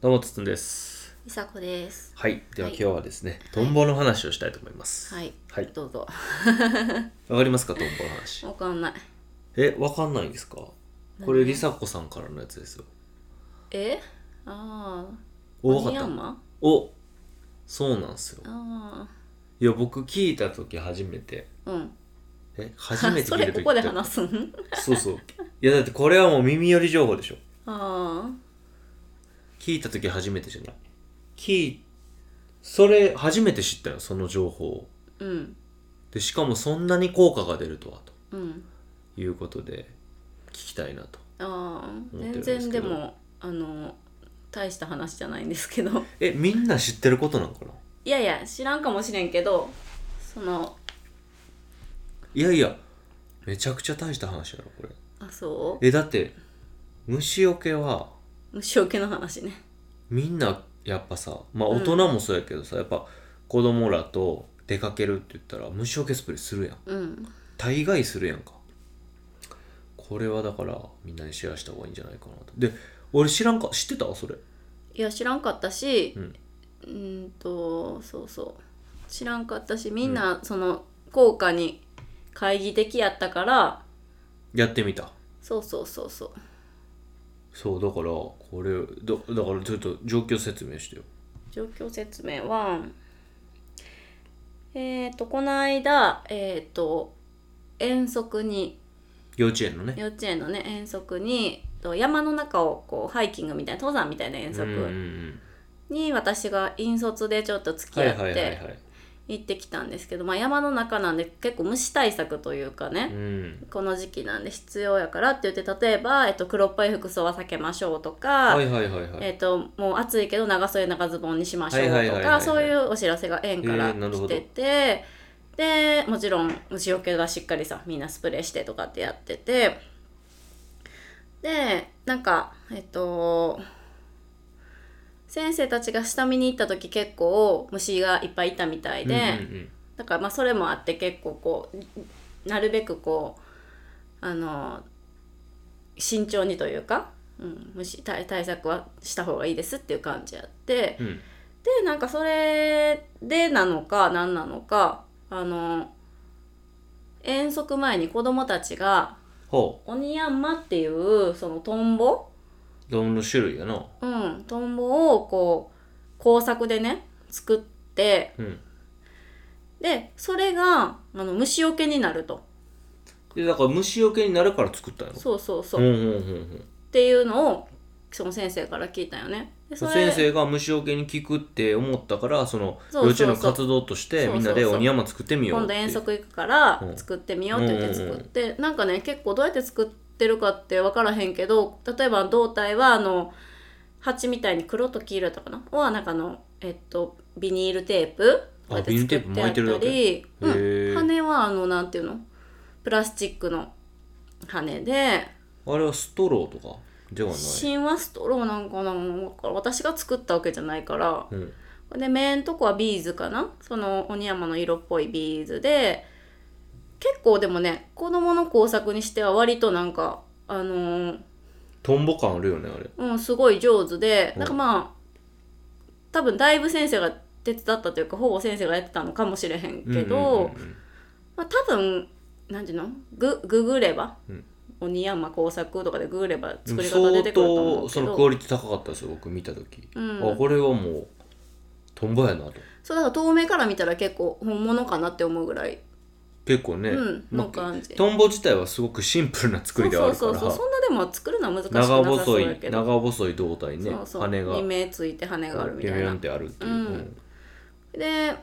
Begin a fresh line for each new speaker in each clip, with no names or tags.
どうもつつんです。
いさこです。
はい、では今
はい
日はですね、トンボの話をしたいと思います。
はい。
はい、
どうぞ。
わかりますか、トンボの話。
わかんない。
え、わかんないんですか。これりさこさんからのやつですよ。
えああ。
お、わ
オニ
か
ヤ
っ
ン
た。
マ
お。そうなんですよ。
あ
いや、僕聞いた時初めて。
あ。うん。
え、初めて
そ
聞いた
れ
時
こ
って
こで話すん
そうそう。いや、だって、これはもう耳寄り情報でしょ
あ
聞いた時初めてじゃない。聞い。それ、初めて知ったよ、その情報を。
あ。うん。
で、しかも、そんなに効果が出るとはと。
うん。
いうことで聞きたいなと
ああ。
思ってるん
全
です
然
け
で
ど
も、あの、大した話じゃないんですけど。
えみんな知ってることなのかない
やいや、知らんかもしれんけど、その、
いやいやめちゃくちゃ大した話やろこれ
あ、そ
えだって虫除けは
う虫除けの話ね。
みんなやっぱさまあ大人もそうやけどさ、やっぱ子供らと出かけるって言ったら虫除けスプレーするやん
うん。
大概するやんかこれはだからみんなにシェアした方がいいんじゃないかなとで俺知らんか知ってたそれ
いや、知らんかったし、
うん
うーんとそうそう知らんかったしみんなその効果に懐疑的やったから、
やってみた
そうそうそうそう
そうだからこれだだからちょっと状況説明してよ
状況説明はえっ、とこの間えっ、と遠足に
幼稚園のね
幼稚園のね遠足にと山の中をこうハイキングみたいな登山みたいな
うんう
遠
んう
足
ん
に私が引率でちょっと付き
はい
合
はい
っ
はいは
て
い、
行ってきたんですけど、まあ、山の中なんで結構虫対策というかね、
うん、
この時期なんで必要やからって言って例えば、えっと、黒っぽい服装は避けましょうとか、
はいはいはいはい、
えっと、もう暑いけど長袖長ズボンにしましょうとか、
はいはいはいはいはい
そういうお知らせが園か
え
ら
ーなるほど
来てて、でもちろん虫よけはしっかりさみんなスプレーしてとかってやっててでなんかえっと先生たちが下見に行った時結構虫がいっぱいいたみたいで。
うんうんうん
だからまあそれもあって結構こうなるべくこうあの慎重にというか、うん、虫対対策はした方がいいですっていう感じやって
うん、
でなんかそれでなのか何なのかあの遠足前に子供たちが
ほ
オニヤンマっていうそのトンボ、
うどんの種類やな
うん、トンボをこう工作でね作って
うん
でそれがあの虫よけになると
でだから虫除けになるから作ったんやろ
そうそうそう
う、んうんうんうん
っていうのをその先生から聞いたよね。でそれ
先生が虫除けに効くって思ったからその
そう
幼
そ
稚
うそう
園の活動として
そう
み
そ
ん
う
な
そう
で鬼山作ってみよう
今
って
度
いう
遠足行くから
うん
作ってみようって言って
うんうんう
作
ん
って、なんかね結構どうやって作ってるかって分からへんけど例えば胴体はあの蜂みたいに黒と黄色とかなをなんかあの、えっと、ビニールテープ
あ
こうやって作ってあっ
ビニール
たり、
ールテープ巻いてるだけへ
う
ー
ん、羽はあのなんていうのプラスチックの羽で
あれはストローとかではない、
芯はストローなんかなわからん私が作ったわけじゃないから。
うん、
で目んとこはビーズかなその鬼山の色っぽいビーズで結構でもね子供の工作にしては割となんかあのー
トンボ感あるよねあれ
うんすごい上手で
うん
なんかまあ多分だいぶ先生が手伝ったというかほぼ先生がやってたのかもしれへんけど、
うんうんうんうん
まあ、多分なんていうのグググれば、
うん
鬼山工作とかでググれば
で
作
も
り方
相
出てくると思
当
うけ
その
ど
クオリティ高かったですよ僕見た時、
うん
あこれはもうトンボやなと
そうだから遠目から見たら結構本物かなって思うぐらい、
結構ね、
うん
まあ
の感じ。
トンボ自体はすごくシンプルな作りではあるから
そうそうそうそんなでも作るのは難しくなさ
長
そ
細
う
い
やけど
長細い胴体ね
そうそう
羽が
2名ついて羽があるみ
ビ
た
ヨ
い
ビヨ
な
ンってあるっていう、
うんで、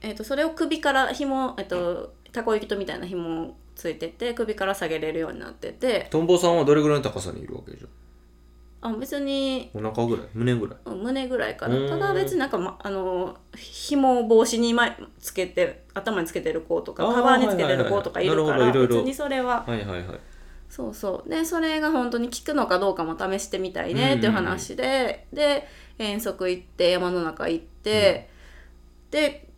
えー、とそれを首から紐、えー、とたこ焼きとみたいな紐ついてて首から下げれるようになってて
トンボさんはどれぐらいの高さにいるわけじゃ
あ別に
んお腹ぐらい胸ぐらい
うん胸ぐらいか
うーん
なただ別になんか、ま、あの紐を帽子にまつけて頭につけてる子とか
あー
カバーにつけてる子とかいるか
はいはいはいなるほどい
ら
ろいろ
別にそれは
はいはいはい
そうそうでそれが本当に効くのかどうかも試してみたいねっていう話で、で遠足行って山の中行って、で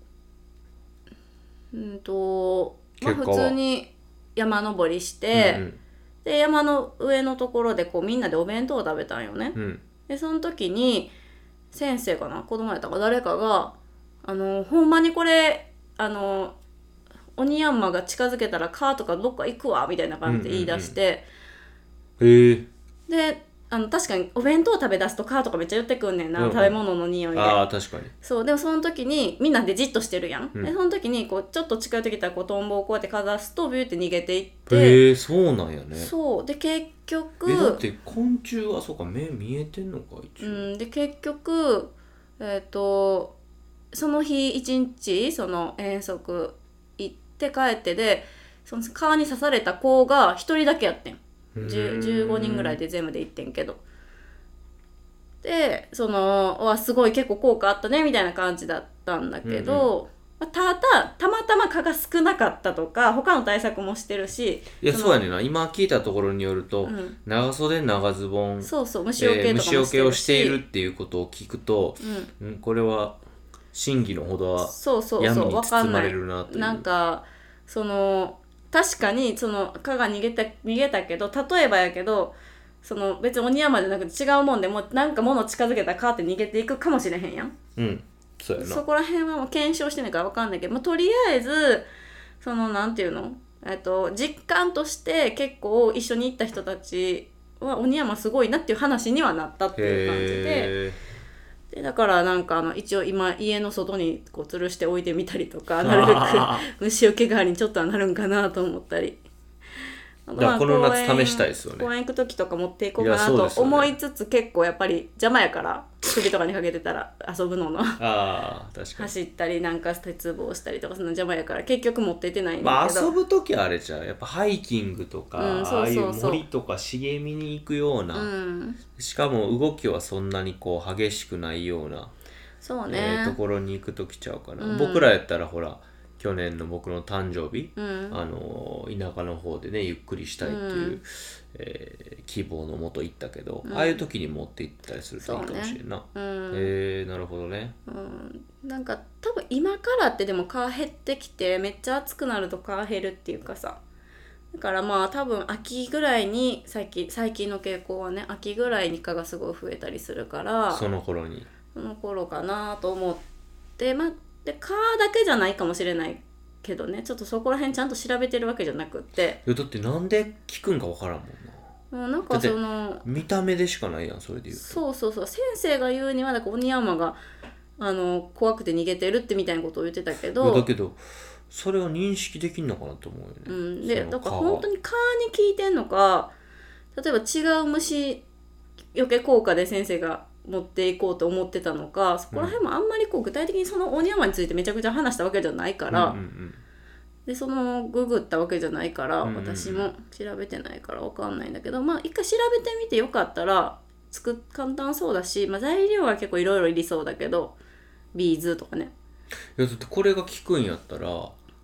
うんとまあ
結
普
果は
通に山登りして、で山の上のところでこうみんなでお弁当を食べたんよね、
うんうん
でその時に先生かな子供やったか誰かが「あのほんまにこれあの鬼ヤンマが近づけたらカーとかどっか行くわ」みたいな感じで言い出して、
へえ
であの確かにお弁当食べ出すとカーとかめっちゃ寄ってくんねんな、
うんうん
食べ物の匂いで。
ああ確かに
そうでもその時にみんなでじっとしてるやん、
うん
でその時にこうちょっと近寄ってきたらこうトンボをこうやってかざすとビューって逃げていって、
へえそうなんやね
そうで結
えだ
局
って昆虫はそうか目見えてんのか一
う
応、
んで結局えっ、とその日一日その遠足行って帰ってでその川に刺された子が一人だけやってん
うーん
10 15人ぐらいで全部で行ってんけどでそのうわすごい結構効果あったねみたいな感じだったんだけど、まあただたまたま蚊が少なかったとか他の対策もしてるし、
いや
その
そうやねんな今聞いたところによると、
うん、
長袖長ズボン
そうそう
え
虫除
ー
けと
虫
かも
除
して
け
る
を
し
しているっていうことを聞くと、
うん、
んこれは真偽のほどは
そうそう
闇
そ
に
うわか
包ま
んな
れ
い
るなという
なんかその確かにその蚊が逃げた逃げたけど例えばやけどその別に鬼山じゃなくて違うもんでもうなんか物近づけたら蚊って逃げていくかもしれへんやん
うんそうやな
そこら辺はもう検証してないから分かんないけど、まあ、とりあえずそのなんていうの、えっと、実感として結構一緒に行った人たちは鬼山すごいなっていう話にはなったっていう感じで
へえ
でだからなんかあの一応今家の外にこう吊るして置いてみたりと かなるべ
あ
く虫除け代わりにちょっとはなるんかなと思ったり。
だからこの
まあ
夏
公園
試したいですよね
公園行く時とか持っていこうか
い
な
やそうです
と
よね
思いつつ結構やっぱり邪魔やから首とかにかけてたら遊ぶのの
あー確かに
走ったりなんか鉄棒したりとかその邪魔やから結局持っていってないん
ま
だ
あ
けど、
遊ぶ時はあれじゃうやっぱハイキングとか、
うんそうそうそう
ああいう森とか茂みに行くような、
うん
しかも動きはそんなにこう激しくないような、
そう
えーと
ね、
ころに行くときちゃうかな、
うん
僕らやったらほら去年の僕の誕生日、
うん
あのー田舎の方でねゆっくりしたいっていう、
うん
えー希望のもと行ったけど、
うん
ああいう時に持って行ったりするといいかもしれんな、
うん
えー、なるほどね
うん、なんか多分今からってでも蚊減ってきてめっちゃ暑くなると蚊減るっていうかさだからまあ多分秋ぐらいに最近最近の傾向はね秋ぐらいに蚊がすごい増えたりするから
その頃に
その頃かなと思ってまあで蚊だけじゃないかもしれないけどねちょっとそこら辺ちゃんと調べてるわけじゃなくって
いやだってなんで聞くんかわからんもんな
もうなん
だ
か
って
その
見た目でしかないやんそれで言うと
そうそうそう先生が言うにはだから鬼山があの怖くて逃げてるってみたいなことを言ってたけ
いや
ど
だけどそれを認識できんのかなと思うよね、
うん、で
その
だから
蚊は
本当に蚊に効いてんのか例えば違う虫よけ効果で先生が持っていこうと思ってたのかそこら辺もあんまりこう具体的にその鬼山についてめちゃくちゃ話したわけじゃないから、
うんうんうん
でそのググったわけじゃないから、
うんうんうん
私も調べてないから分かんないんだけどまあ一回調べてみてよかったらつく簡単そうだし、まあ、材料は結構いろいろいりそうだけどビーズとかね
いやだってこれが効くんやったら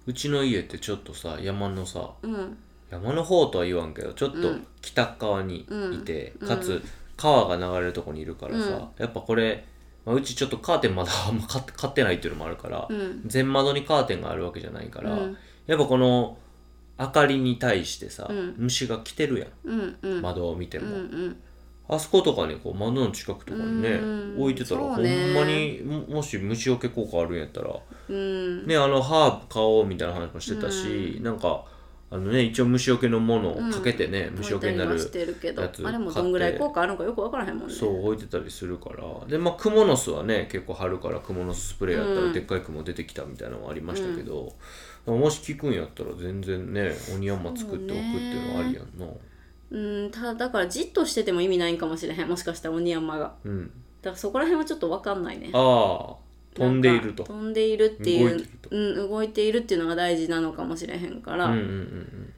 うちの家ってちょっとさ山のさ
うん
山の方とは言わんけどちょっと
うん
北側にいて、
うん
かつ川が流れるとこにいるからさ、やっぱこれ、まあ、うちちょっとカーテンまだ あんま買って買ってないっていうのもあるから、
うん
全窓にカーテンがあるわけじゃないから、
うん
やっぱこの明かりに対してさ、
うん
虫が来てるや
うんうん
ん窓を見て
う
も、
んうん
あそことかねこう窓の近くとかにね
うん
置いてたらほ
そ
ん
うね
まにももし虫除け効果あるんやったら
うん
ねあのハーブ買おうみたいな話もしてたし、なんかあのね一応虫除けのものをかけてね、虫除けにな
置
る
いたりはしてるけど
やつ
あれもどんぐらい効果あるのかよくわからへんもんね
そう置いてたりするからでまあクモの巣はね結構春からクモの巣スプレーやった
う
ら
ん
でっかいクモ出てきたみたいなのはありましたけど、もし効くんやったら全然ね鬼山作っておくっていうのはありやんな
うんただだからじっとしてても意味ないんかもしれへんもしかしたら鬼山がだ
う,、ん
からそこら辺はちょっとわかんないね
ああ飛んでいると
なか飛んでいるっていう
動いてると
うん、動いているっていうのが大事なのかもしれへんから、
うんうんうんうん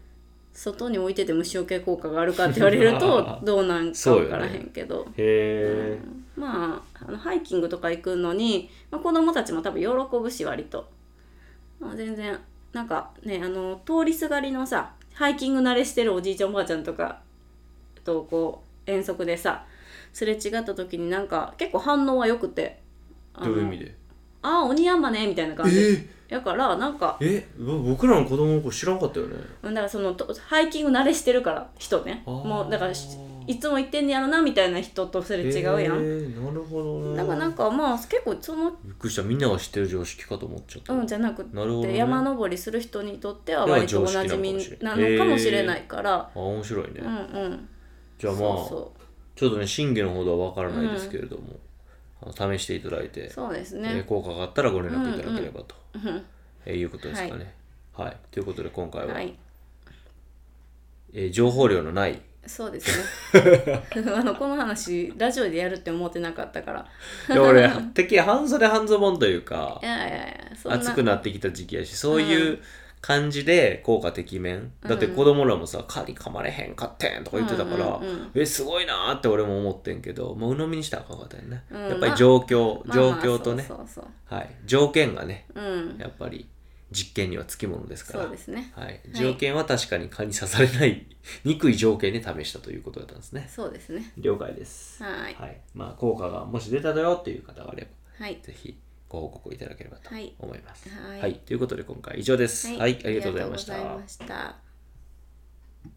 外に置いてて虫除け効果があるかって言われ るとどうなんかわからへんけど、
へえ、
まああのハイキングとか行くのに、まあ、子供たちも多分喜ぶし割と、まあ全然なんかねあの通りすがりのさハイキング慣れしてるおじいちゃんおばあちゃんとかとこう遠足でさすれ違った時になんか結構反応は良くて「あ
どういう意味
の
で
あー鬼山ね」みたいな感じ
え
だからなんか
えぼ僕らの子供の頃知らんかったよね
うんだからそのとハイキング慣れしてるから人ね
あー
もうだからしいつも行ってんねやろなみたいな人とすれ違うやん、
えーなるほど
だからなんなんかまあ結構その
びっくりしたみんなが知ってる常識かと思っちゃった、
うんじゃなくて
なるほど、ね、
山
あ
登りする人にとっては割とおなじみなのかもしれないから、
面白いね、
うんうん
じゃあまあ
そ
ちょっとね真偽のほどは分からないですけれども、あの試していただいて
うそうそうです
えー
ね、
効果があったらご連絡いただければと、
うん
えーいうことですかね。はい、ということで今回は、
はい
えー情報量のない
そうです ねあのこの話ラジオでやるって思ってなかったから
いや俺てっきり半袖半ズボンというか
いやいやいやそんな
暑くなってきた時期やしそういうう感じで効果てきめん、だって子供らもさ「狩り噛まれへんかってん」とか言ってたから、
うんうんうん
えすごいなーって俺も思ってんけどもう鵜呑みにしたらあかんかったよね、
うん
やっぱり状況、
まあ
状
まあ
況とね、
そうそう
はい、条件がね
そううん
やっぱり実験にはつきものですから
そうですね
はい、条件は確かに蚊に刺されない、にくい条件で試したということだったんですね。
そうですね
了解です。
はい
まあ、効果がもし出ただよっていう方があれば、
はい
ぜひご報告いただければと
はい
思います。
はい
ということで今回以上です。はい、ありがとうございまし
ありが
た
とうござい。ました